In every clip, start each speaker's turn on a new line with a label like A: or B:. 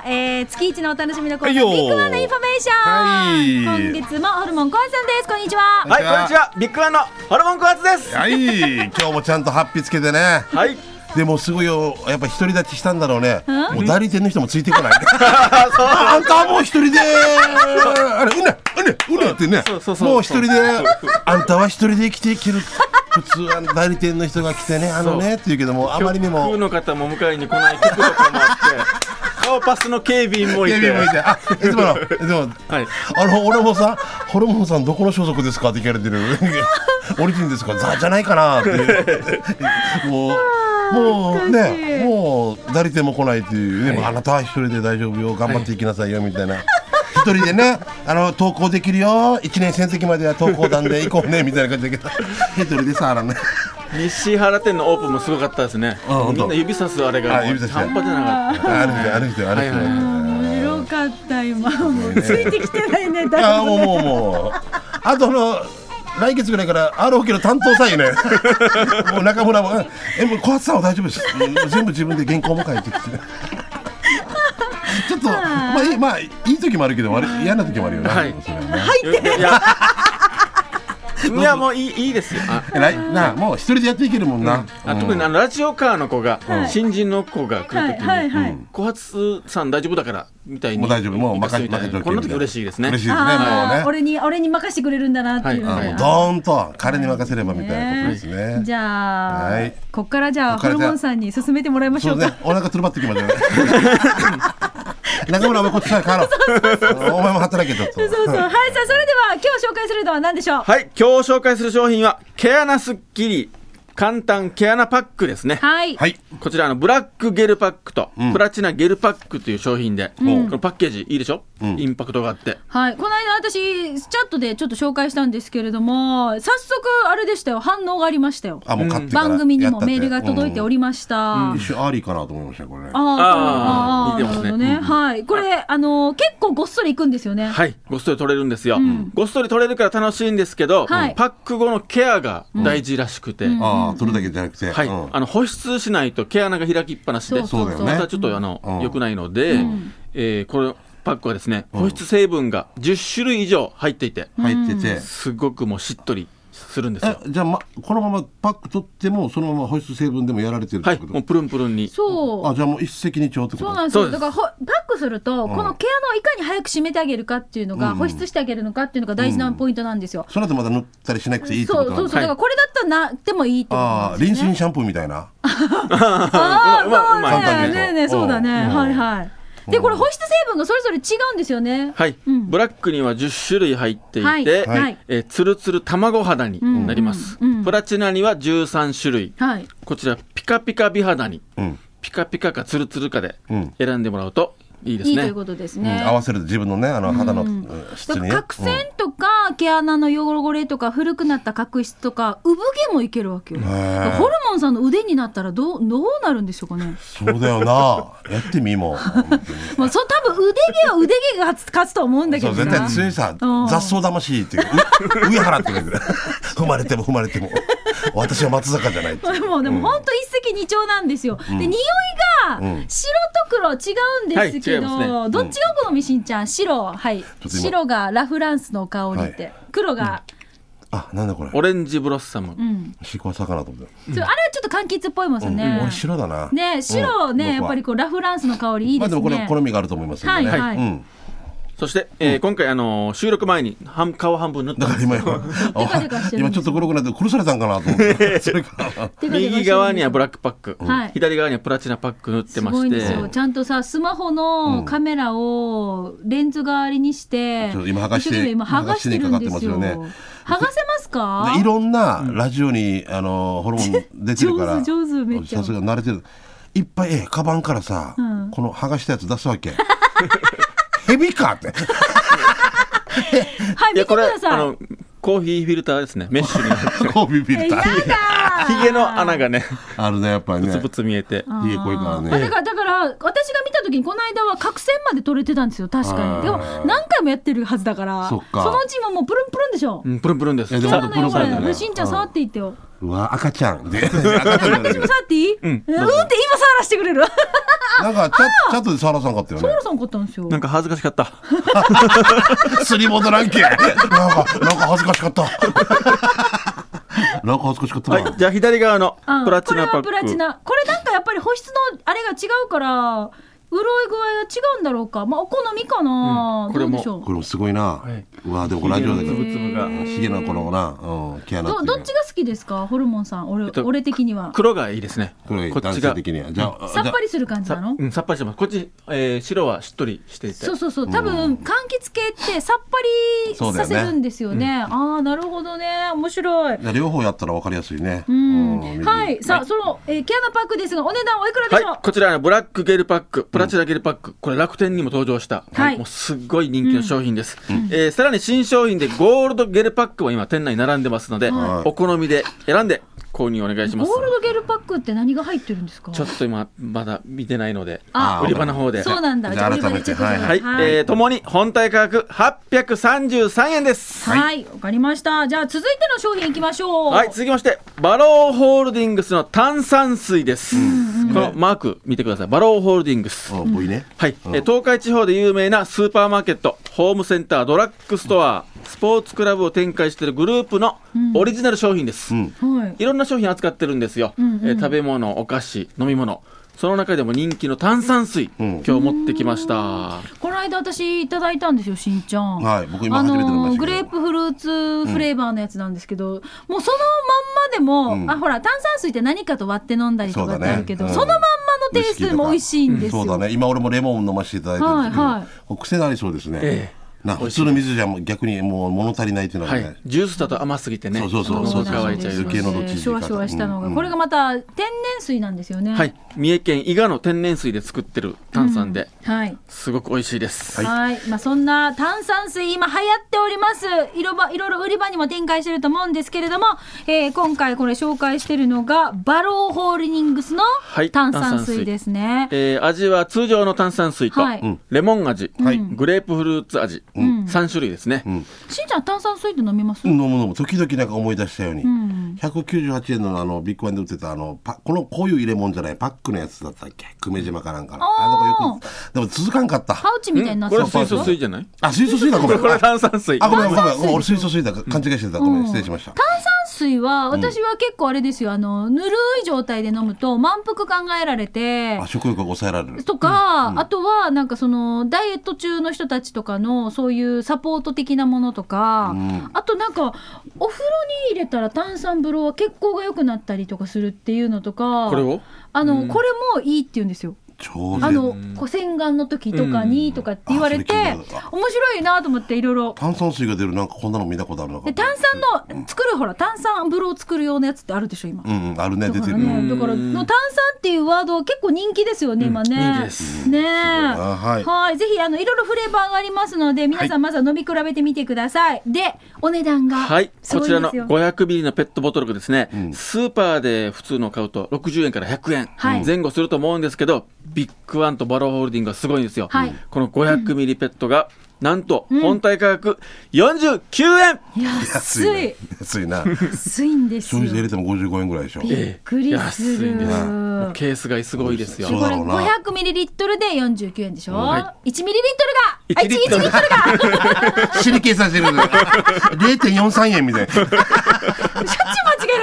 A: 月一のお楽しみのコーナー、
B: はい
A: ビ
B: よー
A: ッグワンのインフォメーション。
B: はい
A: 今月もホルモンコアさんです。こんにちは。
B: は
C: はいい、こんにちは。ビッグワンのホルモンコアツです。
B: はい、今日もちゃんとハッピーつけてね。
C: はい。
B: でもすごいよ、やっぱ独り立ちしたんだろうね。もう代理店の人もついてこ ない。あんたはもう一人で。あれ、うね、うね、うねってね
C: そうそう。そう
B: もう一人で。あんたは一人で生きていける。普通は代理店の人が来てね、あのねって言うけども、あまりに
C: 局
B: も。
C: の方も迎えに来ない局とかもあって、顔パスの警備員もいて。
B: テレビ向いて、あ、いつもの、いつもの。
C: はい。
B: あの俺もさ「ホルモンさんどこの所属ですか?」って聞かれてる「オリジンですか?」「ザ」じゃないかなっていうもうもうねもう誰でも来ないっていう、ねもうあなたは一人で大丈夫よ頑張っていきなさいよみたいな。一人でね、あの投稿できるよ、一年戦績までは投稿団で行こうねみたいな感じだけど、一人でさ、あのね、
C: 西原店のオープンもすごかったですね。
B: あ本当
C: みんな指さすあれが、
B: あ
C: もう
B: 指さして
C: 半端じゃなかっ
B: 歩いてる、歩いてる、歩いてる
C: はいは
A: 面白かった今もうついてきてないね
B: い
A: だ
B: や
A: い
B: もう
A: ぶ
B: もうもうあとあの来月ぐらいから ROK の担当さえね もう中村もうん「えもう小松さんは大丈夫です」うん全部自分で原稿も書いてきてちょっとまあいい,、まあ、いい時もあるけど悪い嫌な時もあるよね、
C: はい
B: それはね
C: た。いや、いやもういいいいですよ。あ
B: え来なあもう一人でやっていけるもんな、
C: あ特にあのラジオカーの子が、
A: い
C: 新人の子が来るときに、
A: はいはいはい
C: うん小発さん大丈夫だからみたいに
B: もう大丈夫もう任せ
C: 行かせていただ
B: 任せ
C: い
B: とけ
C: てこんな時嬉しいですね
B: 嬉しいですねもう
A: あ
B: ね
A: ー俺に俺に任せてくれるんだなっていうのが
C: は
B: う
C: い
B: んもうドーンと彼に任せればみたいなことですね
A: じゃあ、
B: はい
A: こっからじゃあ
B: こっか
A: ホ
B: ら
A: ル
B: じゃあ
A: モンさんに進めてもらいまし
B: そ
A: ょう
B: う
A: か
B: ね、お腹つるばってきましたね。 中村はこっちから帰ろう。お前も働けちょっと。
A: そうそうはいさあそれでは今日紹介するのは何でしょう
C: はい、今日紹介する商品は、毛穴スッキリ簡単毛穴パックですね。
A: はい
B: はい。
C: こちらあのブラックゲルパックと、プラチナゲルパックという商品で、
B: ん
C: このパッケージいいでしょ、インパクトがあって。
A: はい、この間私チャットでちょっと紹介したんですけれども早速あれでしたよ反応がありましたよ
B: あ、もう買ってから
A: 番組にもメールが届いてお
B: り。
A: りました、
B: うん一瞬ありかなと思いましたよこれね。
A: あーあーあー
C: 似てますね
A: なるほどね、はいこれあのー結構ごっそりいくんですよね、
C: はい、ごっそり取れるんですよ、ごっそり取れるから楽しいんですけど、
A: はい
C: パック後のケアが大事らしくて、
B: ああ、取るだけじゃなくて。
C: はい、
B: うん
C: あの保湿しないと毛穴が開きっぱなしで、
B: そうだよね
C: またちょっとあの、
B: うん
C: 良くないので、えーこのパックはですね、保湿成分が10種類以上入っていて、
B: 入ってて。
C: すごくもうしっとりするんです
B: え
C: よ。、
B: じゃあまこのままパック取ってもそのまま保湿成分でもやられてるっ
C: は
B: て
C: い、
B: こ
C: もう
B: と。
C: プルンプルンに。
A: そう
B: あ、じゃあもう一石二鳥ってこ
A: そう
B: と
A: な。んですよ
C: そうで
A: だ
C: す
A: からほパックすると、この毛穴をいかに早く締めてあげるかっていうのが、保湿してあげるのかっていうのが大事なポイントなんですよ、
B: その後また塗ったりしなくていいって
A: そ
B: こ
A: う
B: と
A: そう
B: な
A: そ
B: ん
A: うだか
B: だ
A: らこれだったらなってもいいってこと
B: あ
A: なんで
B: あ、
A: す
B: リ
A: よ
B: ン
A: ね
B: スインシャンプーみたいな。
A: ああ、
C: うまうま
B: 簡単
A: そうね。ね
B: に言うと
A: えねえそうだね。
B: うん
A: はいはい。で、これ保湿成分がそれぞれ違うんですよね。
C: はい、
A: うん
C: ブラックには10種類入っていて、
A: はいはい
C: えーつるつる卵肌になります、
A: うんうん
C: プラチナには13種類、
A: はい。
C: こちらピカピカ美肌に
B: うん。
C: ピカピカかつるつるかで
B: うん
C: 選んでもらうといいです
A: いいと
C: ね、
A: いうことです
B: うん
A: ね。
B: 合わせると自分のね、あの肌のうん質
A: だ
B: に
A: か
B: ね。
A: ら角栓とか毛穴の汚れとか古くなった角質とか産毛もいけるわけよ。だからホルモンさんの腕になったらどうどうなるんでしょうかね。
B: そうだよな。やってみもう。本当に
A: まあそう多分腕毛は腕毛が勝つと思うんだけ
B: そ
A: ど
B: う
A: な。
B: 絶対強いさ
A: うん
B: 雑草魂っていうう上原って言うんだよ踏まれても踏まれても私は松坂じゃないってい う
A: もうでも本当一石二鳥なんですよ。で匂いが白と黒違うんですけど、
C: はい違います
A: どっちがお好みしんちゃん白はい
B: と今
A: 白がラフランスの香りって、
B: は
A: 黒が、
B: あなんだこれ
C: オレンジブロッサム、
A: うん
B: シークワーサーかなと思って
A: それあれはちょっと柑橘っぽいもんですよね。
B: 俺白だな
A: ね白ね、
B: うん
A: やっぱりこうラフランスの香りいい
B: ま
A: で
B: あ
A: す
B: で
A: ね。
B: もこれ好みがあると思いますけどね
A: はいはい
B: うん
C: そして、えー今回、あのー収録前に半顔半分塗っ
B: だ
C: た
B: から今今
A: カテカしてるんですよ
B: 今ちょっと黒くなって殺されたんかなと思 ってそれから
A: 手が出ましたね
C: 右側にはブラックパック、
A: はい
C: 左側にはプラチナパック塗って
A: す
C: ま
A: ごい
C: し
A: ん
C: て
A: ですよ。ちゃんとさ、スマホのカメラをレンズ代わりにして、
B: ちょっと今剥がして
A: 一生懸命今剥がしてるんですよ。
B: 剥がしにかかって
A: 剥がせますか？
B: でいろんなラジオにあのホルモン出てるから
A: 上手上手めっちゃ
B: さすが慣れてるいっぱいええカバンからさ
A: うん
B: この剥がしたやつ出すわけ ヘビか って
A: はい、
C: い
A: 見て
C: やこ
A: く
C: れ
A: だ
C: あ
A: さい
C: の。コーヒーフィルターですねメッシュになって
B: コービビ
A: え
B: ル
A: や
B: タ
A: だ
C: ヒゲの穴がね
B: あるねやっぱり
C: ブ
B: ね
C: ツブツ見えて
B: 家これから
A: あだ
B: ね
A: からだかから私が見た時にこの間は角栓まで取れてたんですよ確かにでも何回もやってるはずだから
B: そ
A: そ
B: っか
A: のうちももうプルンプルンでしょ
C: うん、プルンプルンです。
B: えでも
A: 毛穴の汚
B: プルンプルンだ
A: れ
B: ね
A: ねしんちゃん触っていってよ
B: うわ、赤ちゃん。 で、
A: 私も触っていいうんって今触らせてくれる
D: なんかチャチャットで触らさんかったよね
A: サラさん買ったんですよ
C: なんか恥ずかしかった。
D: スリボードランケなんかなんか恥ずかしかった
B: なんか恥ずかしかったな。
C: はい、じゃあ左側の
A: うん
C: プラチナパック。
A: これはプラチナこれなんかやっぱり保湿のあれが違うから潤い具合が違うんだろうかまあお好みかな、
C: うんこれも
A: どうでしょう
B: これもすごいな。
C: いう
B: わ、でもこれラジオだけ
C: つぶ
B: ど。
C: つぶが。
B: ひげのこのな、うん、毛穴ってい
A: ど
B: う
A: どっちが好きですかホルモンさん俺,、
C: っと
A: 俺的には
C: 黒がいいですね。
B: これ、
C: こっ
B: 男
C: ち
B: 性
C: が。
B: 的には。じゃあ、
A: さ
B: じ
A: っ
B: ゃ
A: ぱりする感じ
C: さ
A: なの
C: うん、さっぱりしてます。こっち、えー白はしっとりしていて。
A: そうそうそう多分柑橘系ってさっぱり
B: そうだ
A: さ
B: よね
A: せるんですよねああなるほどね面白い
B: あ、両方やったら分かりやすいね。
A: うん
B: うん
A: はいさあその、えー、毛穴パックですがお値段おいくらで
C: は
A: しょう、
C: い、こちらのブラックゲルパック、プラチナゲルパック、これ楽天にも登場した、
A: はい
C: もうすっごい人気の商品です、えーさらに新商品でゴールドゲルパックも今店内に並んでますので、
B: はい
C: お好みで選んで購入お願いします。
A: ゴールドゲルパックって何が入ってるんですか
C: ちょっと今まだ見てないので、
A: あ
C: 売り場の方で。
A: そうなんだ
B: はい
A: じゃあ
B: じゃあ改めて
A: 売り場でチェックして
C: はい、
A: ください
C: えーともに本体価格833円です。
A: はい、わかりました。じゃあ続いての商品いきましょう。
C: はい、続きまして、バローホールディングスの炭酸水です。このマーク見てください。バローホールディングス。
B: うん、V ね。
C: はい、えー東海地方で有名なスーパーマーケット、ホームセンター、ドラッグストア、スポーツクラブを展開しているグループのオリジナル商品です。
B: うん。
A: はい。
C: いろんな商品扱ってるんですよ、
A: んうん
C: えー食べ物、お菓子、飲み物、その中でも人気の炭酸水、
B: ん
C: 今日持ってきました。
A: この間私いただいたんですよ、しんちゃん。
B: はい僕今初めて飲みました
A: グ
B: けど
A: レープフルーツフレーバーのやつなんですけど、もうそのまんまでも、
B: うん
A: あ、ほら、炭酸水って何かと割って飲んだりとかってあるけど、
B: そう
A: そ
B: だね
A: の
B: うん
A: まんまのテイストでも美味しいんですよ。
B: そうだね。今俺もレモン飲ませていただいてるんですけど、
A: はいはい
B: これ癖がありそうですね。
C: え
B: な普通の水じゃもう逆にもう物足りないっていうのは
C: は
B: ね、
C: い、ジュースだと甘すぎてね、
B: そうそうそう
A: そう
C: 喉
A: な
C: 乾
A: ん
C: いち
A: で
C: ゃ
A: す
C: う
A: よ
B: 余計のどっち
A: ね。
B: に
A: シュワシュワしたのが、
B: うん
A: これがまた天然水なんですよね。
C: はい、三重県伊賀の天然水で作ってる炭酸で、
A: はい。
C: すごく美味しいです。
A: はい、まあ、そんな炭酸水今流行っておりますいろばいろいろ売り場にも展開してると思うんですけれども、えー今回これ紹介してるのがバローホールディングスの
C: い
A: 炭酸水ですね、
C: えー味は通常の炭酸水と、
A: はいうん
C: レモン味、
B: はい
C: グレープフルーツ味、
A: ん
C: 3種類ですね、
A: しんちゃん炭酸水って飲みます、
B: うん飲むのも時々なんか思い出したように、
A: ん
B: 198円のあのビッグワンで売ってたあのパこのこういう入れ物じゃないパックのやつだったっけ久米島かなんかの
A: あー
B: あの子よくでも続かんかった
A: パウチみたいになっ
C: こ
A: てる
C: れは水素水じゃない
B: あ水素水だご
C: こ
B: め
C: れ
B: ん
C: これ炭酸水
B: あごめんごめん
A: 炭酸水
B: ごめん俺水素水だ勘違いしてたごめん失礼しました
A: 炭酸水は私は結構あれですよ、あのぬるい状態で飲むと満腹考えられて
B: あ食欲が抑えられる
A: とか、あとはなんかそのダイエット中の人たちとかのそういうサポート的なものとか、あとなんかお風呂に入れたら炭酸風呂は血行が良くなったりとかするっていうのとか
C: これを
A: あの、これもいいって言うんですよ。
B: 超
A: あ
B: 絶
A: のこう洗顔の時とかにとかって言われて、
B: あそ
A: 面
B: れ聞いたことあ
A: 白いなと思っていろいろ。
B: 炭酸水が出るなんかこんなの見たことあるのか
A: で炭酸の作るほら炭酸風呂を作るようなやつってあるでしょ今。
B: うんうんあるね
A: だ
B: 出
A: か
B: て
A: ら
B: る、
A: ね、だからの炭酸っていうワードは結構人気ですよね、今ね。
C: 人気です
A: ねえ
B: なはい
A: ぜひあのいろいろフレーバーがありますので、皆さんまずは飲み比べてみてください。で、お値段が
C: はい
A: す
C: こ
A: ごい
C: ち
A: ん
C: ら
A: で
C: の
A: すよ。
C: 500ミリのペットボトルがですね、
B: ん
C: スーパーで普通の買うと60円から100円
A: はい
C: 前後すると思うんですけど、ビッグワンとバローホールディングがすごいんですよ、
A: はい
C: この500ミリペットがなんと本体価格49円、
A: 安い
B: ね、安い な
A: 安いんです
B: 消
A: よ。
B: 費税 入れても55円ぐらいでしょ
A: びっくりする
C: 安いんですもうケースがすごいですよ
B: そう
A: こ
B: だ
A: れ
B: ろうな
A: 500ミリリットルで49円でしょ、
C: は
A: 1ミリリットルが
C: 1リットル
A: あ1 1リット ルが
B: 死に計算してる0.43円みたいな
A: しょっちゅう間違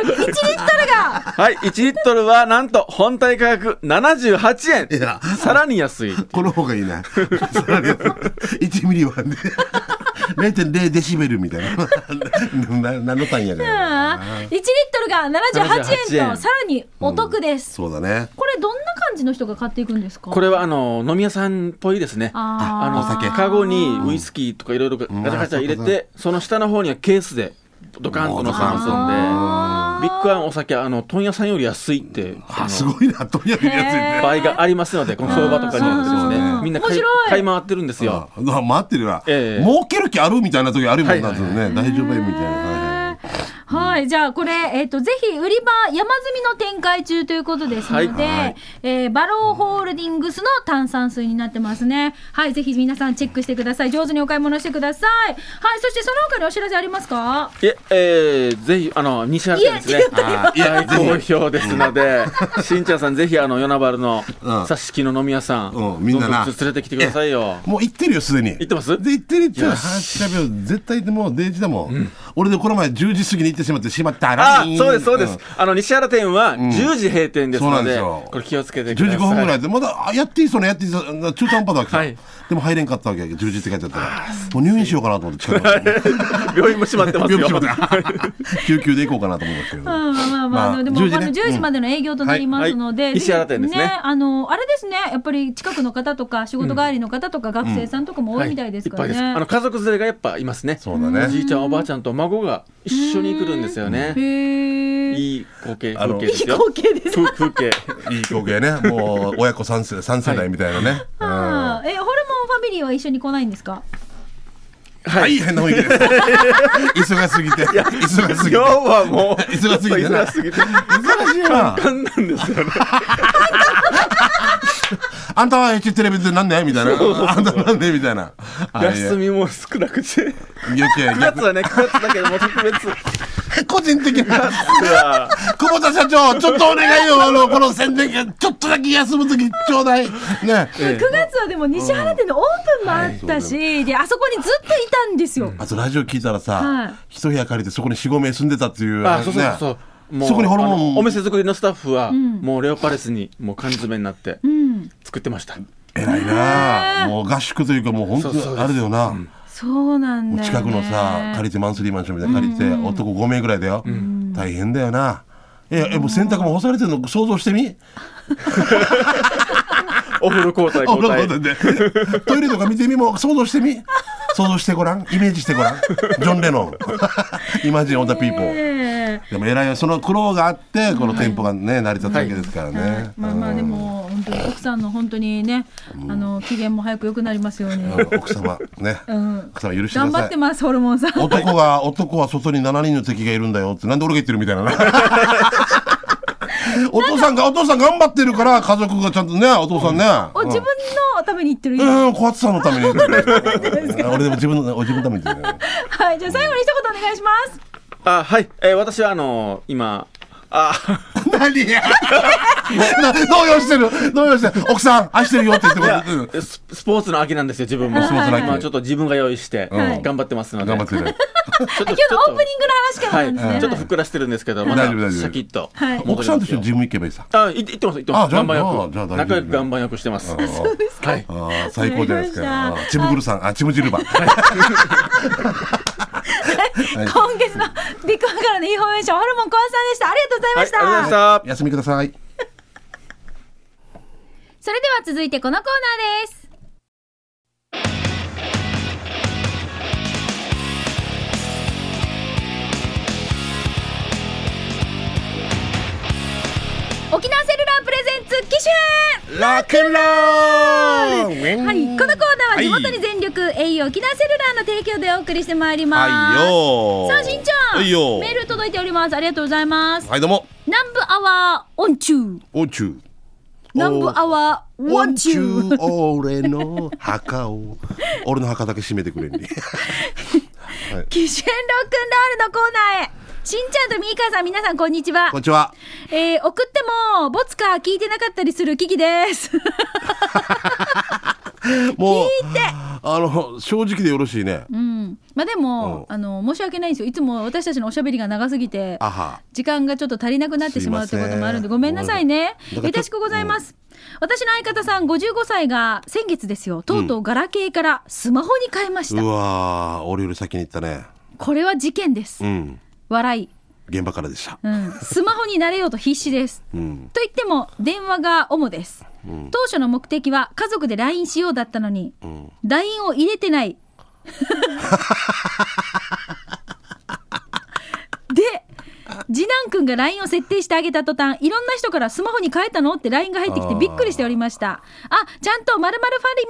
A: える1リットルが
C: はい、1リットルはなんと本体価格78
B: いや
C: 円。さらに安い。
B: この方がいいな。1ミリはね。0.0デシベルみたいな。な何の単位やねん。
A: 1リットルが78
C: 78
A: 円と
C: 円
A: さらにお得です、
B: そうだね。
A: これどんな感じの人が買っていくんですか
C: これはあの飲み屋さんっぽいですね。
A: あー
C: の
A: お酒
C: カゴにウイスキーとかいろいろガチャガチャ入れ
B: うんあーそう
C: て、その下の方にはケースでドカンと乗せま
A: あ
C: すん
A: ー
C: で、ビッグワンお酒あの問屋さんより安いって。あ
B: あ、
C: の
B: すごいな。とにかく安い
A: へ
B: ね。
C: 場合がありますので、この相場とかによってです
B: あーそうです
C: ね
B: ね、
C: みんな買い
A: 面白い
C: 買い回ってるんですよ。
B: ああ待ってるわ。
C: ええ
B: 儲ける気あるみたいな時あるもんなんですよ
C: は
B: ね。大丈夫よみたいな。はいはい
A: はいはい、じゃあこれ、えっ、と、ぜひ、売り場、山積みの展開中ということですので、
C: はいは
A: えーバローホールディングスの炭酸水になってますね。はい、ぜひ皆さんチェックしてください。上手にお買い物してください。はい、そしてその他にお知らせありますか
C: いえ、えー、ぜひ、あの、西原店ですね。はい大好評ですので、新茶さん、ぜひ、あの、与那原の
B: うん、
C: さしきの飲み屋さん、
B: うんみんなな
C: どど連れてきてくださいよ。
B: もう行ってるよ、すでに。
C: 行ってます
B: で、行ってるって
C: よし
B: 話しゃべる。絶対でもう、デイジだもん。俺でこの前10時過ぎに行ってしまって、しまった
C: あ
B: らに
C: ー、そうです、そうです
B: ん。
C: あの、西原店は10時閉店です
B: そうな
C: の
B: んです
C: で
B: よ、
C: これ気をつけてく
B: 10
C: だ
B: 時
C: さい。
B: 5分ぐらいで、まだ、あ、やっていいそうね、やっていいそうな中途半端だわけよ
C: はい
B: でも入れんかったわけ、10時って書いてあったら。もう入院しようかなと思って、近くに
C: 病院も閉まってますよ。
B: 病気しまった救急で行こうかなと思いましたけど。
A: まあまあまあ、
B: まあ
A: あのでも、
B: 10時ね
A: あの10時までの営業となりますので、
C: うんはい
A: ぜひ
C: 石原店ですね
A: あの、あれですね、やっぱり近くの方とか、仕事帰りの方とか、学生さんとかも多いみたいですから
C: はいっぱいですあの
A: ね。
C: 家族連れがやっぱいますね。
B: そうだね
C: おじいちゃん、おばあちゃんと孫が一緒に来るんですよね。
A: へえ。いい
C: いい光景、
B: あの
C: 風景ですよ。
A: 光景です。
C: ふ風景。
B: いい光景ね。もう、親子3世三世代みたいなね。うん
A: あーえ、ホルモンファミリーは一緒に来ないんですか。
B: はい、変な雰囲気です。 忙しすぎて。忙しすぎて。
C: 今日はもう、
B: 忙しすぎてな
C: 忙しすぎて。
B: 忙しいな。
C: 簡単なんですよね。
B: あんたは H テレビでなんねみたいな。あんたなんねみたいな。あ
C: 休
B: い
C: みも少なくて。
B: や余計
C: 9月はね、9月だけどもう特別。
B: 逆個人的な。
C: は
B: 久保田社長、ちょっとお願い よ。あの、この宣伝が、ちょっとだけ休むときちょうだい。ね。
A: 9月はでも西原店のオープンもあったし、で、あそこにずっといたんですよ。
B: あとラジオ聞いたら
A: はい
B: さ、一部屋借りてそこに4、5名住んでたっていう。
C: あ、そうそうそう
B: ね。。
C: もう
B: そこにホルモン
C: あのお店作りのスタッフは、もうレオパレスにもう缶詰になって
A: うん。
C: 作ってました。
B: 偉いなもう合宿というかもう本
C: そうそうで
B: 当
C: す
B: あれだよな。
A: そうなんだよ、ね。
B: 近くのさ借りてマンスリーマンションみたいなの借りて、男5名ぐらいだよ、大変だよなええもう洗濯も干されてるの想像してみ
C: お風呂交 代
B: あ
C: 交代
B: な。んかだって トイレとか見てみもう想像してみ想像してごらんイメージしてごらんジョン・レノン イマジン・オン・ザ・ピーポー
A: ええ
B: でも偉いよその苦労があってこの店舗がね成り立ったわけですからね、
A: まあまあでも本当に奥さんの本当にね、あの機嫌も早く良くなりますように。
B: あの奥様ね、
A: うん
B: 奥様許して
A: 頑
B: くだ
A: 張
B: さ
A: っ
B: い
A: てますホルモンさん。
B: 男が男は外に7人の敵がいるんだよってなんで俺が言ってるみたいななお父さんがお父さん頑張ってるから家族がちゃんとねお父さんね、
A: お自分のために言ってる。
B: うんうん小松さんのために 俺でも自分のお自分のために言ってる
A: はい、じゃあ最後に一言お願いします。
C: あ、はい。えー私はあの今、 あ、
B: 何やな動揺してる動揺してる奥さん愛してるよって言って
C: い
B: く
C: や
B: れる
C: ススポーツの秋なんですよ、自分も。
B: スポーツの秋
C: まあちょっと自分が用意して、
B: ん
C: 頑張ってますので。
B: 頑張ってる
C: ちょっ
A: 今日
C: と
A: のオープニングの話からなんですね。
C: はい、ちょっとふっくらしてるんですけど、ま
B: 大
C: た
B: 丈夫大丈夫
C: シャキッと
A: はい
C: 戻りま
B: 奥
C: すよ。
B: さんと一緒にジム行けばいいさ
C: あ、いいってます、いって
B: あ
C: ます。
B: じゃあ
C: 岩盤
B: じゃあじゃあ大丈夫
C: 浴。仲良く岩盤浴してます。
B: そう
C: ですか。はい。
B: あー最高じゃないですか
A: わかりました
B: あーチムグルさんあチムジルバ
A: 今月のビッグワンからのインフォメーションホルモン小林さんでした。ありがとうござい
C: は
A: ま
C: い、ありが
A: し
C: と
A: た。
C: うございました。
B: 休みください
A: それでは続いてこのコーナーです。沖縄セルラープレゼンツ機種
B: ラクローン
A: はい、このコーナーは地元
B: はい
A: に全力、栄養沖縄セルラーの提供でお送りしてまいります。
B: はいよ
A: さあ、しんちゃん、
B: はいよ
A: メール届いております。ありがとうございます。
B: はいどうも
A: 南部アワーオンチュー。
B: おちゅ
A: 南部アワーオンチュー。
B: 俺の墓を俺の墓だけ閉めてくれんね
A: キシェンロックンロールのコーナーへしんちゃんとみーかーさん皆さんこんにちは
B: こんにちは
A: えー、送ってもボツか聞いてなかったりするキキです
B: もうあの正直でよろしいね
A: うんまあでも
B: う
A: あの申し訳ないんですよいつも私たちのおしゃべりが長すぎて
B: あは
A: 時間がちょっと足りなくなってしまうということもあるんでごめんなさいね
B: すいません
A: よろしくございます、私の相方さん55歳が先月ですよとうとうガラケーからスマホに変えまし
B: う
A: た、
B: わー俺より先に行ったね
A: これは事件です、
B: うん
A: 笑い、
B: 現場からでした
A: うん、スマホになれようと必死です
B: うん
A: と言っても電話が主です、当初の目的は家族で LINE しようだったのに、LINE を入れてない で次男ン君が LINE を設定してあげた途端、いろんな人からスマホに変えたのって LINE が入ってきてびっくりしておりました。あ、ちゃんと〇〇ファ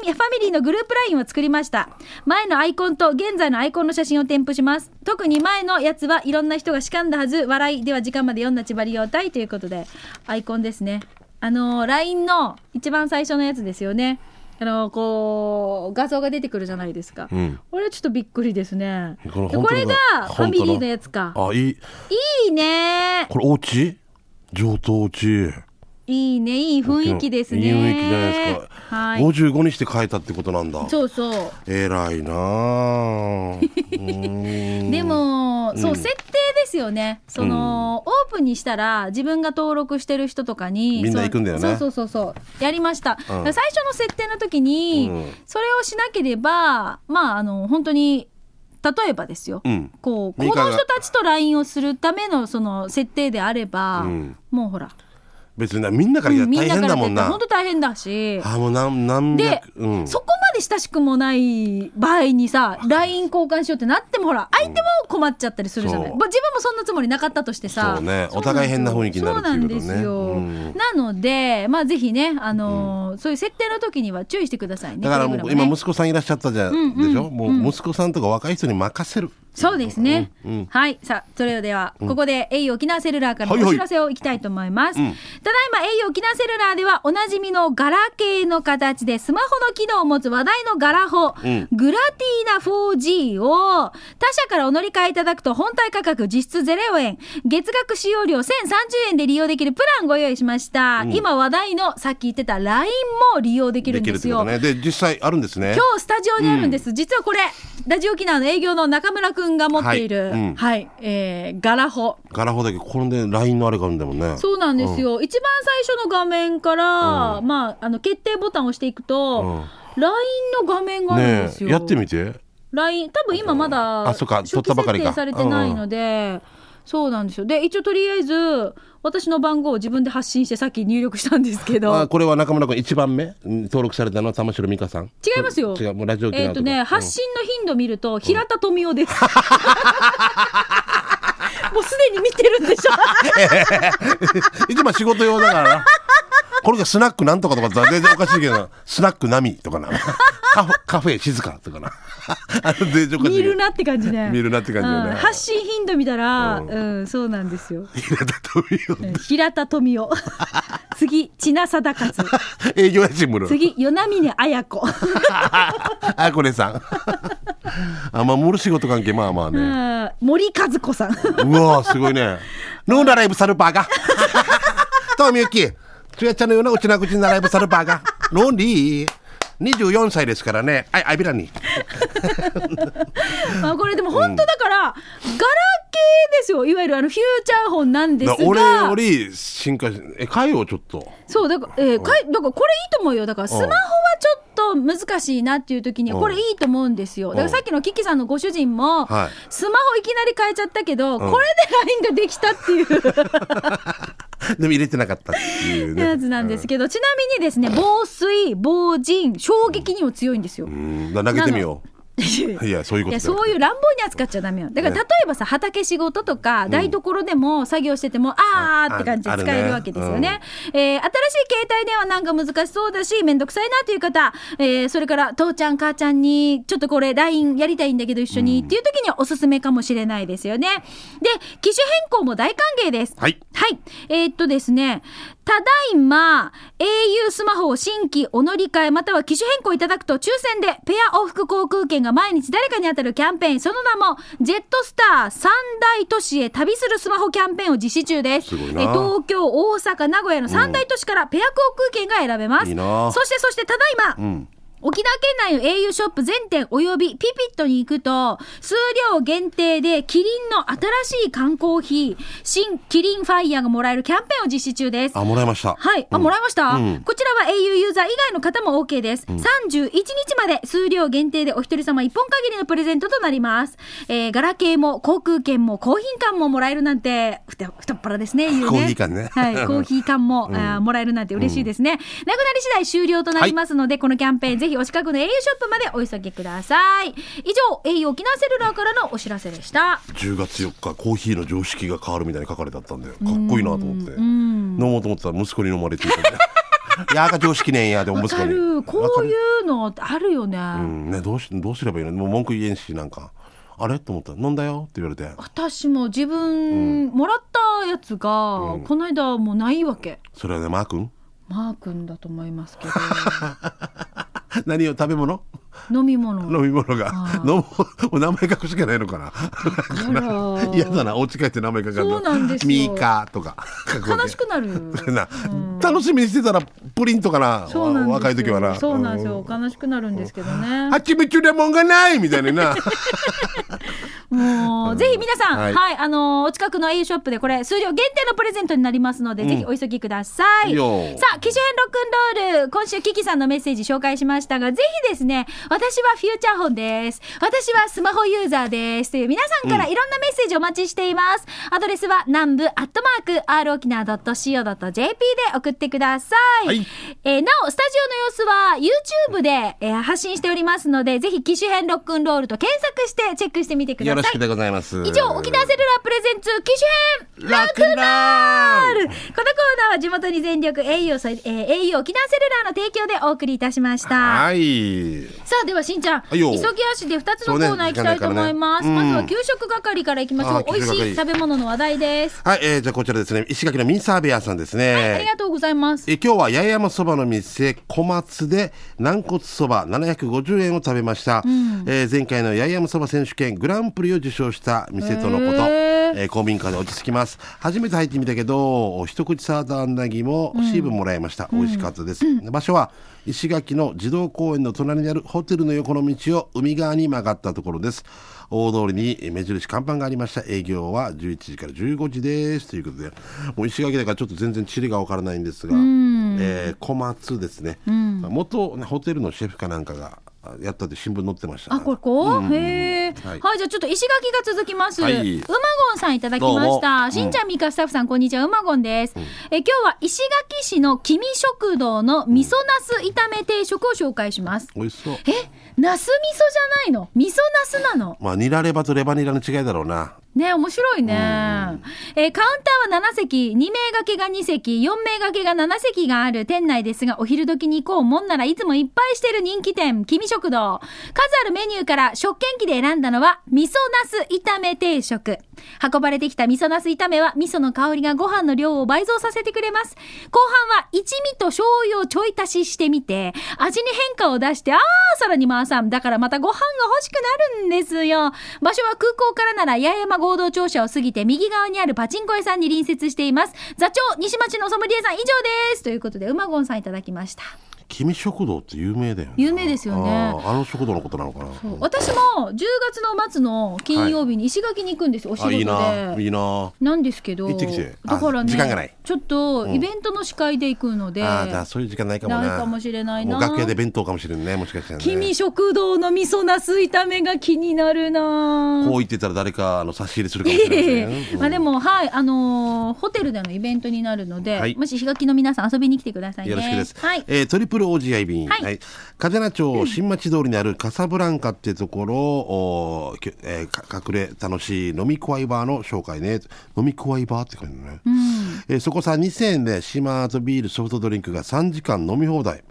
A: リファミリーのグループ LINE を作りました。前のアイコンと現在のアイコンの写真を添付します。特に前のやつはいろんな人が叱んだはず、笑いでは時間まで読んだちばりようたいということで、アイコンですね。あのー、LINE の一番最初のやつですよね。あのーこう、画像が出てくるじゃないですか。
B: ん
A: これはちょっとびっくりですね。
B: これ本当だ
A: これがファミリーのやつか。
B: あいい
A: いいね
B: これお家上等お家
A: いいねいい雰囲気ですね
B: いい雰囲気じゃないですか、
A: はい
B: 55にして変えたってことなんだ
A: そうそう
B: 偉いな あうーん
A: でも、そう設定ですよねその、オープンにしたら自分が登録してる人とかに
B: みんな行くんだよ
A: そ
B: ね
A: うそうそうそうやりました、だから最初の設定の時に、
B: うん
A: それをしなければまああの本当に例えばですよ、
B: うん
A: こう
B: ミ
A: こ
B: カが
A: の人たちと LINE をするためのその設定であれば、
B: ん
A: もうほら、
B: 別になみんなからや
A: うんみん
B: 大
A: な
B: 変
A: から
B: だ
A: って言
B: も
A: っ
B: ん
A: たら
B: な
A: 本当大変だし
B: あもう何何
A: で
B: 百、、うん、
A: そこまで親しくもない場合にさ LINE 交換しようってなってもほら相手も困っちゃったりするじゃない、
B: そう
A: まあ自分もそんなつもりなかったとしてさ
B: そうね
A: そ
B: お互い変な雰囲気になるっていうことね
A: そう
B: う
A: なんですよ
B: ん
A: なのでまあぜひね、あのーそういう設定の時には注意してくださいね
B: だからも
A: くれ
B: う
A: ぐれも
B: 今
A: ね
B: 息子さんいらっしゃったじゃん、
A: んうん
B: でしょもう息子さんとか若い人に任せる、
A: そうですね、
B: うんうん
A: はいさあそれではここで au 沖縄セルラーから
B: はいは
A: のお
B: い
A: 知らせをいきたいと思います、ただいま au 沖縄セルラーではおなじみのガラケーの形でスマホの機能を持つ話題のガラホ、グラティーナ 4G を他社からお乗り換えいただくと本体価格実質0円月額使用料1030円で利用できるプランご用意しました、今話題のさっき言ってた LINE も利用できる
B: で
A: ん
B: き
A: で
B: るっ
A: す
B: てこ
A: よ
B: とねで実際あるんですね
A: 今日スタジオにあるんです、実はこれラジオ沖縄の営業の中村くんが持っている
B: は
A: はいい、
B: うん
A: えーガラホ
B: ガラホだけこれで LINE のあれがあるんだもんね
A: そうなんですよ、一番最初の画面から、まああの決定ボタンを押していくと、LINE の画面があるん
B: ね
A: です
B: え
A: よ、
B: やってみて
A: LINE 多分今まだ
B: あそうか
A: 初期
B: 撮ったばかりか
A: 設定されてないので、そうなんですよで一応とりあえず私の番号を自分で発信してさっき入力したんですけど
B: あこれは中村君一番目うん登録されたのは玉城美香さん
A: 違いますよ。
B: 違うもうラジオ機能
A: えっ、とね、発信の頻度見ると、平田富夫です。 もうすでに見てるんでし ょ
B: 一番仕事用だからな。これがスナックなんとかとかだ全然おかしいけどな。スナックなみとかな。カフェ、カフェ静かとかな。あの、全然おか
A: 見
B: しいけど
A: るなって感じね。
B: 見るなって感じだね
A: うん発信頻度見たら、うん、そうなんですよ。
B: 平田富
A: うん平田富夫。 次、千奈貞勝。
B: 美営業やしむる。
A: 次、与那峰綾子。
B: あ、これさん。あ、まあ、もる仕事関係、まあまあ
A: う
B: ね。
A: ん森和子さん。
B: うわーすごいね。ヌーラライブサルバーが。とみゆき、つやちゃんのようなうちな口なライブサルバーが。ロンリー。24歳ですからね。はい、アビラに。
A: まあこれでも本当だから、ガラケーですよ。いわゆるあのフューチャー本なんですが。
B: 俺より進化し、え、かよう、ちょっと。
A: そうだから、えーかいだからこれいいと思うよだからスマホはちょっと難しいなっていう時にはこれいいと思うんですよだからさっきのキキさんのご主人も
B: はい
A: スマホいきなり変えちゃったけど、これで LINE ができたっていう
B: でも入れてなかったっていうね。
A: やつなんですけど、ちなみにですね防水防塵衝撃にも強いんですよ、
B: うんだから投げてみよう。いや、そういうこ
A: い
B: と
A: や
B: だよ
A: そういう乱暴に扱っちゃダメよだから例えばさ畑仕事とか台所でも作業してても、あーって感じ
B: あ
A: で
B: る
A: 使えるわけですよねえー新しい携帯電話なんか難しそうだし面倒くさいなという方、えーそれから父ちゃん母ちゃんにちょっとこれ LINE やりたいんだけど一緒に、っていう時にはおすすめかもしれないですよねで機種変更も大歓迎です
B: はい
A: はい。えーっとですね、ただいま、au スマホを新規お乗り換えまたは機種変更いただくと抽選でペア往復航空券が毎日誰かに当たるキャンペーン、その名もジェットスター三大都市へ旅するスマホキャンペーンを実施中です。
B: すごいな
A: えー東京、大阪、名古屋の三大都市からペア航空券が選べます。
B: いいな
A: そしてそしてただいま、沖縄県内の au ショップ全店およびピピットに行くと、数量限定でキリンの新しい缶コーヒー、新キリンファイヤーがもらえるキャンペーンを実施中です。
B: あ、もらいました。
A: はい。あ、もらいました、こちらは au ユーザー以外の方も OK です。31日まで数量限定でお一人様1本限りのプレゼントとなります。えー、ガラケーも航空券も高品館ももらえるなんて、ふた太っ腹ですね、言うね。
B: コーヒー缶ね
A: はい。コーヒー缶も、あーもらえるなんて嬉しいですね。なくなり次第終了となりますので、このキャンペーンぜぜひお近くの au ショップまでお急ぎください。以上、au 沖縄セルラーからのお知らせでした。
B: 10月4日コーヒーの常識が変わるみたいに書かれてあったんでかっこいいなと思って飲もうと思ってたら息子に飲まれていたんでいやーが常識ねんやで
A: わ
B: 息子
A: か
B: に
A: る。こういううのあるよね。
B: うんねどうしどうすればいいのもう文句言えんしなんかあれと思ったら飲んだよって言われて
A: 私も自分、もらったやつが、この間もうないわけ。
B: それはねマー君
A: マー君だと思いますけど
B: 何よ食べ物
A: 飲み物
B: 飲み物が
A: あー
B: 飲むお名前書くしかないのかな
A: あら
B: 嫌だなお家帰って名前書か
A: そうなんですよ
B: ミーカーとか書くわけ
A: 悲しくなる
B: な楽しみにしてたらプリンとかな
A: そうなんですよ
B: 若い時はな
A: そうなんですよ悲しくなるんですけどね
B: はちみレモンがないみたいな な
A: もうぜひ皆さん、は、
B: はいい
A: あのーお近くの au ショップでこれ数量限定のプレゼントになりますので、ぜひお急ぎください。
B: いい
A: さ
B: よ
A: あ、機種編ロックンロール、今週キキさんのメッセージ紹介しましたが、ぜひですね、私はフューチャーホンです。私はスマホユーザーです。という皆さんからいろんなメッセージお待ちしています。アドレスは南部アットマーク r 沖縄 .co.jp で送ってください。
B: はい
A: えーなお、スタジオの様子は YouTube で、えー発信しておりますので、ぜひ機種編ロックンロールと検索してチェックしてみてください。
B: よろしくでございます
A: 以上、沖縄セルラープレゼンツ機種編
B: ラクナ
A: このコーナーは地元に全力 au そ、えー、au 沖縄セルラーの提供でお送りいたしました。
B: はい
A: さあ、ではしんちゃん、急
B: いよ
A: ぎ足で2つの
B: そ
A: コ
B: うね
A: ーナー行きたいと思います。
B: 時間
A: ま
B: ないからね
A: ず
B: うん
A: は給食係から行きましょ
B: あ
A: う
B: ー。
A: 美味し
B: 給食
A: い
B: 係
A: 食べ物の話題です。
B: はい、えー、じゃあこちらですね石垣のミンサーベアさんですね、
A: ありがとうございます。
B: え今日は八重山そばの店小松で軟骨そば750円を食べました、えー前回の八重山そば選手権グランプリを受賞した店とのこと、
A: へ
B: え
A: ー
B: ー公民館で落ち着きます初めて入ってみたけど一口サーターアンダギーもシーブもらいました、美味しかったです、場所は石垣の児童公園の隣にあるホテルの横の道を海側に曲がったところです大通りに目印看板がありました営業は11時から15時ですということでもう石垣だからちょっと全然地理がわからないんですが、えー小松ですね、元ねホテルのシェフかなんかがあやったって新聞載ってました
A: あ、
B: ね
A: これこう、へえ、は。
B: はいい
A: じゃあちょっと石垣が続きます。
B: は
A: うま
B: い
A: ごんさんいただきまし
B: どう
A: た。
B: も
A: しんちゃん、みかスタッフさん、こんにちは。うまごんです。え、今日は石垣市の君食堂の味噌なす炒め定食を紹介します。
B: 美味しそう
A: え、なす味噌じゃないの味噌なすなの
B: まあニラレバとレバニラの違いだろうな
A: ね面白いね、えーカウンターは7席2名掛けが2席4名掛けが7席がある店内ですがお昼時に行こうもんならいつもいっぱいしてる人気店君食堂数あるメニューから食券機で選んだのは味噌なす炒め定食運ばれてきた味噌なす炒めは味噌の香りがご飯の量を倍増させてくれます後半は一味と醤油をちょい足ししてみて味に変化を出してあーさらに回さんだからまたご飯が欲しくなるんですよ場所は空港からなら八重山合同庁舎を過ぎて右側にあるパチンコ屋さんに隣接しています座長西町のソムリエさん以上ですということでうまごんさんいただきました
B: 君食堂って有名だよね
A: 有名ですよね
B: あーあの食堂のことなのかな
A: 私も10月の末の金曜日に石垣に行くんですよ、お仕
B: あ
A: 事で
B: いいないいな
A: なんですけど
B: 行ってきてあ
A: だからね
B: 時間がない
A: ちょっとイベントの司会で行くので、
B: あーじゃあそういう時間ないかもな
A: ないかもしれないな
B: もう楽屋で弁当かもしれんねもしかしたらね
A: 君食堂の味噌なす炒めが気になるな
B: こう言ってたら誰かあの差し入れするかもしれな い、
A: まあでもはいあのーホテルでのイベントになるので、
B: はい
A: もし日がきの皆さん遊びに来てくださいね
B: よろしくです。
A: はい
B: えートリプル OGI 便。
A: はい
B: はい。カジャナ町新町通りにあるカサブランカってところを、おーきょえーか隠れ楽しい飲みコワイバーの紹介ね。飲みコワイバーって書いてあるね。えーそこさ2000円で島アートビールソフトドリンクが3時間飲み放題。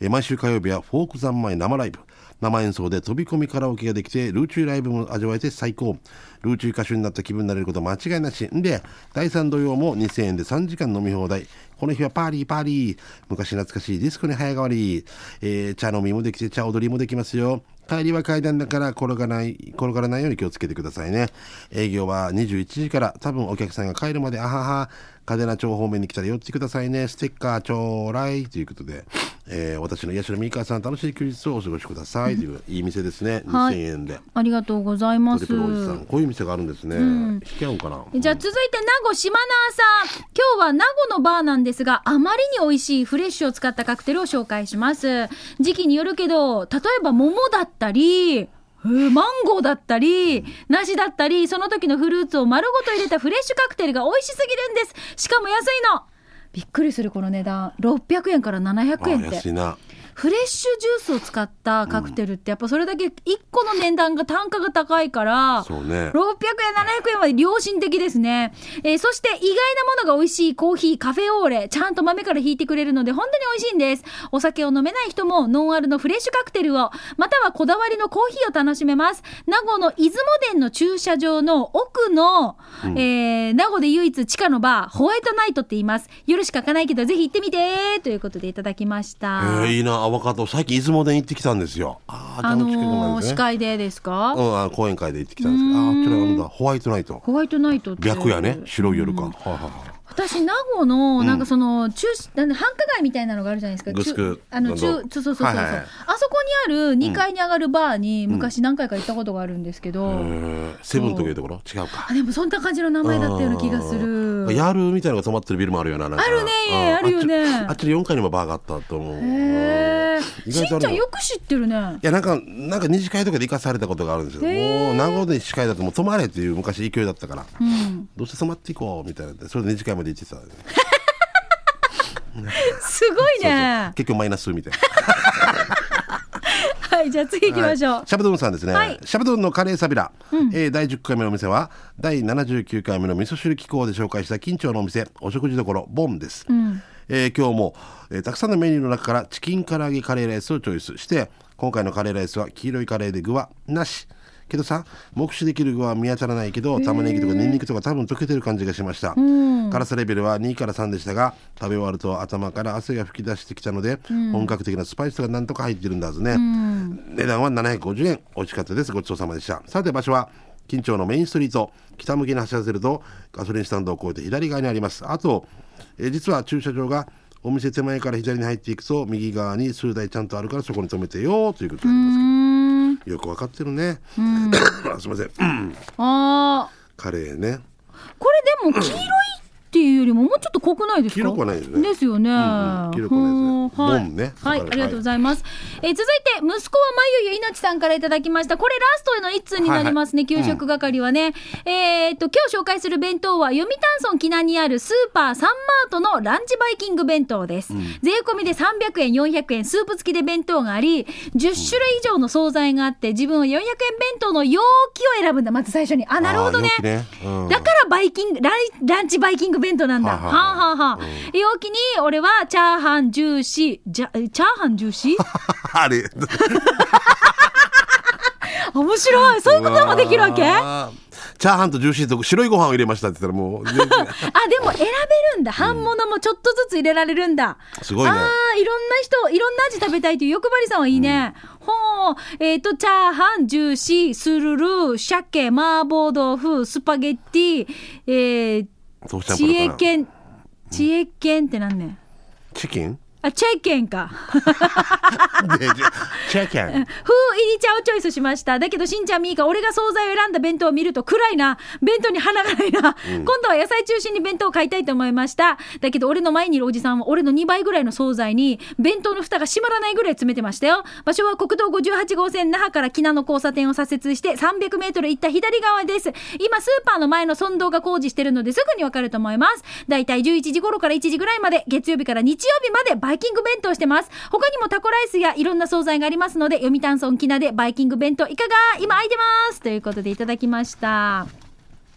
B: えー毎週火曜日はフォーク三昧生ライブ。生演奏で飛び込みカラオケができて、ルーチューライブも味わえて最高。ルーチュー歌手になった気分になれること間違いなし。んで、第3土曜も2000円で3時間飲み放題。この日はパーリーパーリー。昔懐かしいディスコに早変わり。えー茶飲みもできて茶踊りもできますよ。帰りは階段だから転がない、転がらないように気をつけてくださいね。営業は21時から、多分お客さんが帰るまで、あはは、嘉手納町方面に来たら寄ってくださいね。ステッカーちょうらいということで、えー私の癒しの三川さん、楽しい休日をお過ごしください。という、いい店ですね。
A: はい
B: 2000円で。
A: ありがとうございま
B: ト
A: す
B: リプルおじさん、こういう店があるんですね。引き合うんかな。
A: じゃあ続いて名護島ナーさん今日は名護のバーなんですがあまりに美味しいフレッシュを使ったカクテルを紹介します時期によるけど例えば桃だったりえーマンゴーだったり、梨だったり、その時のフルーツを丸ごと入れたフレッシュカクテルが美味しすぎるんです。しかも安いの。びっくりするこの値段。600円から700円
B: あ
A: っ
B: 安
A: て
B: い。な。
A: フレッシュジュースを使ったカクテルって、やっぱそれだけ1個の値段が単価が高いから、
B: そう
A: 600円、
B: ね
A: 700円は良心的ですね。えーそして意外なものが美味しいコーヒー、カフェオーレ、ちゃんと豆から引いてくれるので本当に美味しいんです。お酒を飲めない人もノンアルのフレッシュカクテルを、またはこだわりのコーヒーを楽しめます。名護の出雲殿の駐車場の奥の、えー名護で唯一地下のバー、ホワイトナイトって言います。夜しか開かないけどぜひ行ってみてということでいただきました。
B: えー、いいなアボカド最近出雲で行ってきたんですよああ
A: あ
B: の近くな
A: の
B: ん
A: ー
B: です
A: 司
B: ね、
A: 会でですか、
B: うん、あ講演会で行ってきたんですけどああーこれなんだホワイトナイト
A: ホワイトナイトって。
B: 白夜ね白い夜か、はいはいはい
A: 私名護のなんかその中、なんで繁華街みたいなのがあるじゃないですか。
B: グスク
A: 中あの中
B: な
A: そ
B: ど
A: うそうそうそう、
B: はいはいはい
A: あそこにある2階に上がるバーに昔何回か行ったことがあるんですけど、
B: えーセブンとかいうところ違うか
A: あでもそんな感じの名前だったような気がする。
B: ヤールみたいなのが止まってるビルもあるよななんか
A: あるね
B: うん
A: あるよね
B: あっちあっちの4階にもバーがあったと思う
A: へえ。
B: 意
A: し
B: 外とあるの
A: んちゃんよく知ってるね
B: い。やなんかなんか二次会とかで行かされたことがあるんですよ、
A: へー
B: もう名護で司会だともう泊まれっていう昔勢いだったから、
A: うん、
B: どうせ泊まっていこうみたいなそれで二次会まで行ってた、ね、
A: すごいね。
B: 結局マイナスみたいな
A: はいじゃあ次行きましょう。
B: はいシャブドゥンさんですね、
A: はい
B: シャブドゥンのカレーサビラ、えー第10回目のお店は第79回目の味噌汁機構で紹介した緊張のお店お食事処ボンです、えー今日も、えーたくさんのメニューの中からチキン唐揚げカレーライスをチョイスして今回のカレーライスは黄色いカレーで具はなしけどさ目視できる具は見当たらないけど玉ねぎとかニンニクとか多分溶けてる感じがしました、辛さレベルは2から3でしたが食べ終わると頭から汗が噴き出してきたので、本格的なスパイスがなんとか入ってるんだはずね、値段は750円美味しかったですごちそうさまでしたさて場所は近町のメインストリート北向きに走らせるとガソリンスタンドを越えて左側にありますあとえー実は駐車場がお店手前から左に入っていくと右側に数台ちゃんとあるからそこに止めてよということであ
A: う
B: りま
A: ーん
B: すよくわかってるね あすいませんうん
A: あ
B: カレーね
A: あこれでも黄色いっていうよりももうちょっと濃くないですか
B: 黄色くはないですね
A: ですよね、
B: んうん黄色くはないですね
A: はい、
B: ボンね
A: はい、あ
B: はい
A: りがとうございます、えー続いて息子はまゆゆいなちさんからいただきましたこれラストへの一通になりますね、給食係はね、えーっと今日紹介する弁当は読谷村木南にあるスーパーサンマートのランチバイキング弁当です、税込みで300円400円スープ付きで弁当があり10種類以上の惣菜があって自分は400円弁当の容器を選ぶんだまず最初にあなるほどね
B: あー容器ねうん
A: だからバイキングランランチバイキング弁当なんだ。は
B: は
A: あ
B: あ
A: は
B: は
A: あはあ。容器に俺はチャーハンジューシー、じゃえチャーハンジューシー
B: あれ
A: 面白い。そういうこともできるわけあ、
B: あーチャーハンとジューシーと白いご飯を入れましたって言ったら もう全然
A: でも選べるんだ。半物もちょっとずつ入れられるんだ。
B: すごいね
A: ああ、いろんな人、いろんな味食べたいという欲張りさんはいいね。ほう。えっ、と、チャーハン、ジューシー、スルル、鮭、麻婆豆腐、スパゲッティ、えー、
B: 豆腐ちゃん
A: 知恵
B: パラかな
A: 犬、知恵犬ってなんねん。
B: チキン
A: あ、チェケンか。
B: でチェキ ャン
A: 風入り茶をチョイスしました。だけど、しんちゃん、みーか、俺が惣菜を選んだ弁当を見ると暗いな。弁当に花がないな。今度は野菜中心に弁当を買いたいと思いました。だけど、俺の前にいるおじさんは、俺の2倍ぐらいの惣菜に、弁当の蓋が閉まらないぐらい詰めてましたよ。場所は国道58号線、那覇から木名の交差点を左折して、300メートル行った左側です。今、スーパーの前の村道が工事してるので、すぐにわかると思います。だいたい11時頃から1時ぐらいまで、月曜日から日曜日までバイキング弁当してます。他にもタコライスやいろんな惣菜がありますので、読谷村きなでバイキング弁当いかが今空いてますということでいただきました。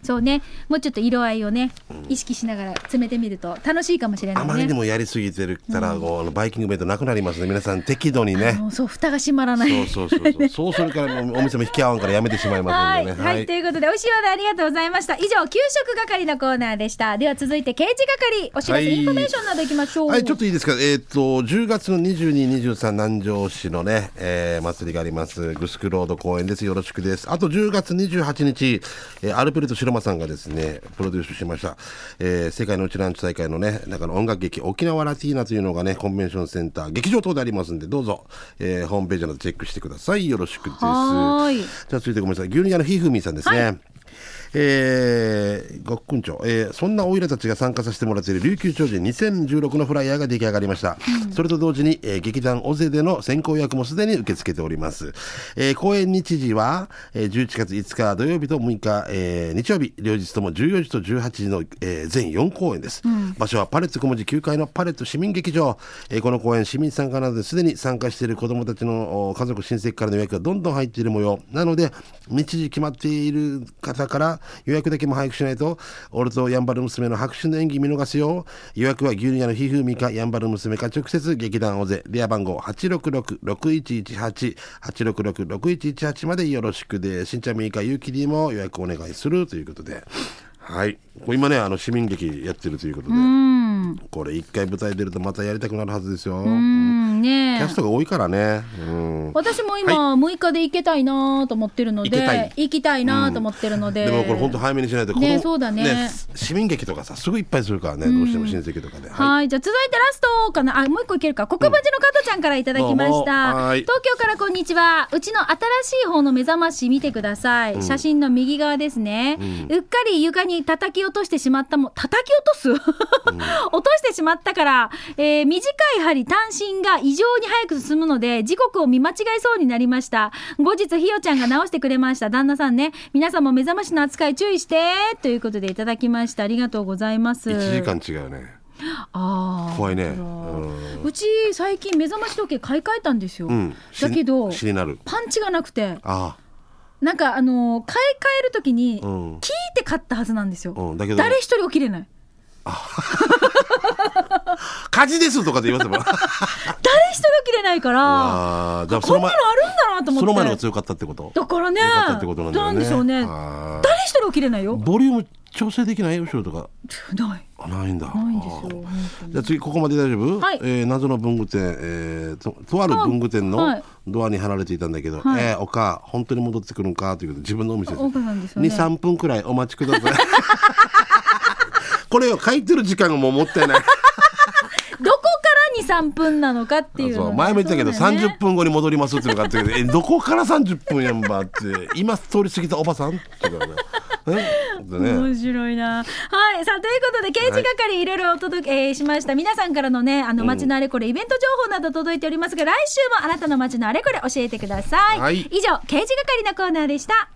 A: そうね、もうちょっと色合いをね、意識しながら詰めてみると楽しいかもしれない
B: あ
A: ね。
B: まりにもやりすぎてるから、こうあのバイキング弁当なくなりますね皆さん適度にね
A: もうそう、蓋が閉まらない。
B: そうそうそう そうそうするからもうお店も引き合わんからやめてしまいます
A: は
B: ん
A: い、
B: でね
A: はい、ということで、美味しい話題ありがとうございました。以上、給食係のコーナーでした。では続いて、刑事係、お知らせ、
B: はい
A: インフォメーションなどいきましょう。
B: はい、ちょっといいですか。えっ、と、10月の22、23、南城市のね、えー祭りがあります。グスクロード公園です。よろしくです。あと10月28日、えーアルペルト・シロマさんがですね、プロデュースしました。えー世界のうちランチ大会のね、中の音楽劇、沖縄ラティーナというのがね、コンベンションセンター、劇場等でありますんで、どうぞ、えーホームページなどチェックしてください。よろしくです。
A: はーい
B: じゃあ続いてごめんなさい。牛乳屋のひふみんさんですね。えー、学訓長、えーそんなオイラたちが参加させてもらっている琉球超人2016のフライヤーが出来上がりました、それと同時に、えー劇団オゼでの先行予約もすでに受け付けております、えー公演日時は、えー11月5日土曜日と6日、えー日曜日両日とも14時と18時の、えー全4公演です、場所はパレット小文字9階のパレット市民劇場、えーこの公演市民参加などですでに参加している子どもたちのお家族親戚からの予約がどんどん入っている模様なので日時決まっている方から予約だけも早くしないと俺とやんばる娘の白春の演技見逃すよ予約は牛乳屋のひふみかやんばる娘か直接劇団オゼ電話番号866-6118 866-6118までよろしくでしんちゃんみーかゆうきりも予約お願いするということではいこれ今ねあの市民劇やってるということで、
A: うん
B: これ一回舞台出るとまたやりたくなるはずですよ、
A: うんね
B: キ
A: え
B: ャストが多いからね、うん、
A: 私も今、6日で行けたいなと思ってるの
B: 行けたい
A: で、行きたいなと思ってるので、
B: でもこれ本当早めにしないとこ
A: ね
B: の
A: そうだね
B: 市民劇とかさすぐいっぱいするからねどうしても親戚とかで、
A: はい、じゃあ続いてラストかなあもう一個いけるか黒バジの加トちゃんからいただきまし
B: どうも
A: た、
B: はい
A: 東京からこんにちはうちの新しい方の目覚まし見てください、写真の右側ですね、うっかり床に叩き落としてしまったも叩 き落とす、落としてしまったから、えー短い針単身が異常に早く進むので時刻を見間違えそうになりました後日ひよちゃんが直してくれました旦那さんね皆さんも目覚ましの扱い注意してということでいただきましたありがとうございます
B: 1時間違うね
A: あー
B: 怖いね、
A: だから
B: うん
A: うち最近目覚まし時計買い替えたんですよ、
B: うん、
A: だけど
B: 死になる
A: パンチがなくて
B: あ
A: なんかあのー買い替える時に
B: あ
A: 聞
B: う
A: い
B: ん、
A: て買ったはずなんですよ、
B: うん、だけど
A: 誰一人起きれない
B: 火事ですとかで言わせば
A: 誰一人起きれないから
B: あーじゃあそ
A: こ
B: の
A: んな
B: 前
A: のあるんだなと思って
B: その前のが強かったってこと
A: だからね
B: 強かったってことなんだよね
A: でしょうね誰
B: あ
A: 一人起きれない
B: ー
A: よ
B: ボリューム調整できない後ろとか
A: ない
B: あないんだ
A: ないんですよ
B: あー
A: 本当に
B: じゃあ次ここまで大丈夫、
A: はい
B: えー謎の文具店、えーととある文具店
A: は
B: の
A: い
B: ドアに離れていたんだけど「
A: はい
B: えーおか本当に戻ってくるんか」ということで自分のお店で
A: お母さんですよね
B: 23分くらいお待ちください これを書いてる時間がもうもったいない
A: どこから23分なのかっていうの
B: そ
A: が
B: う
A: ね
B: 前も言ったけど
A: そうだよね
B: 30分後に戻りますっていうのがあったけど「えどこから30分やんば」って「今通り過ぎたおばさん?」とかね。え でね
A: 面白いな。はい、さあということで刑事係いろいろお届け、えーしました。皆さんからのね、あの街のあれこれ、イベント情報など届いておりますが、来週もあなたの街のあれこれ教えてください。
B: はい
A: 以上刑事係のコーナーでした。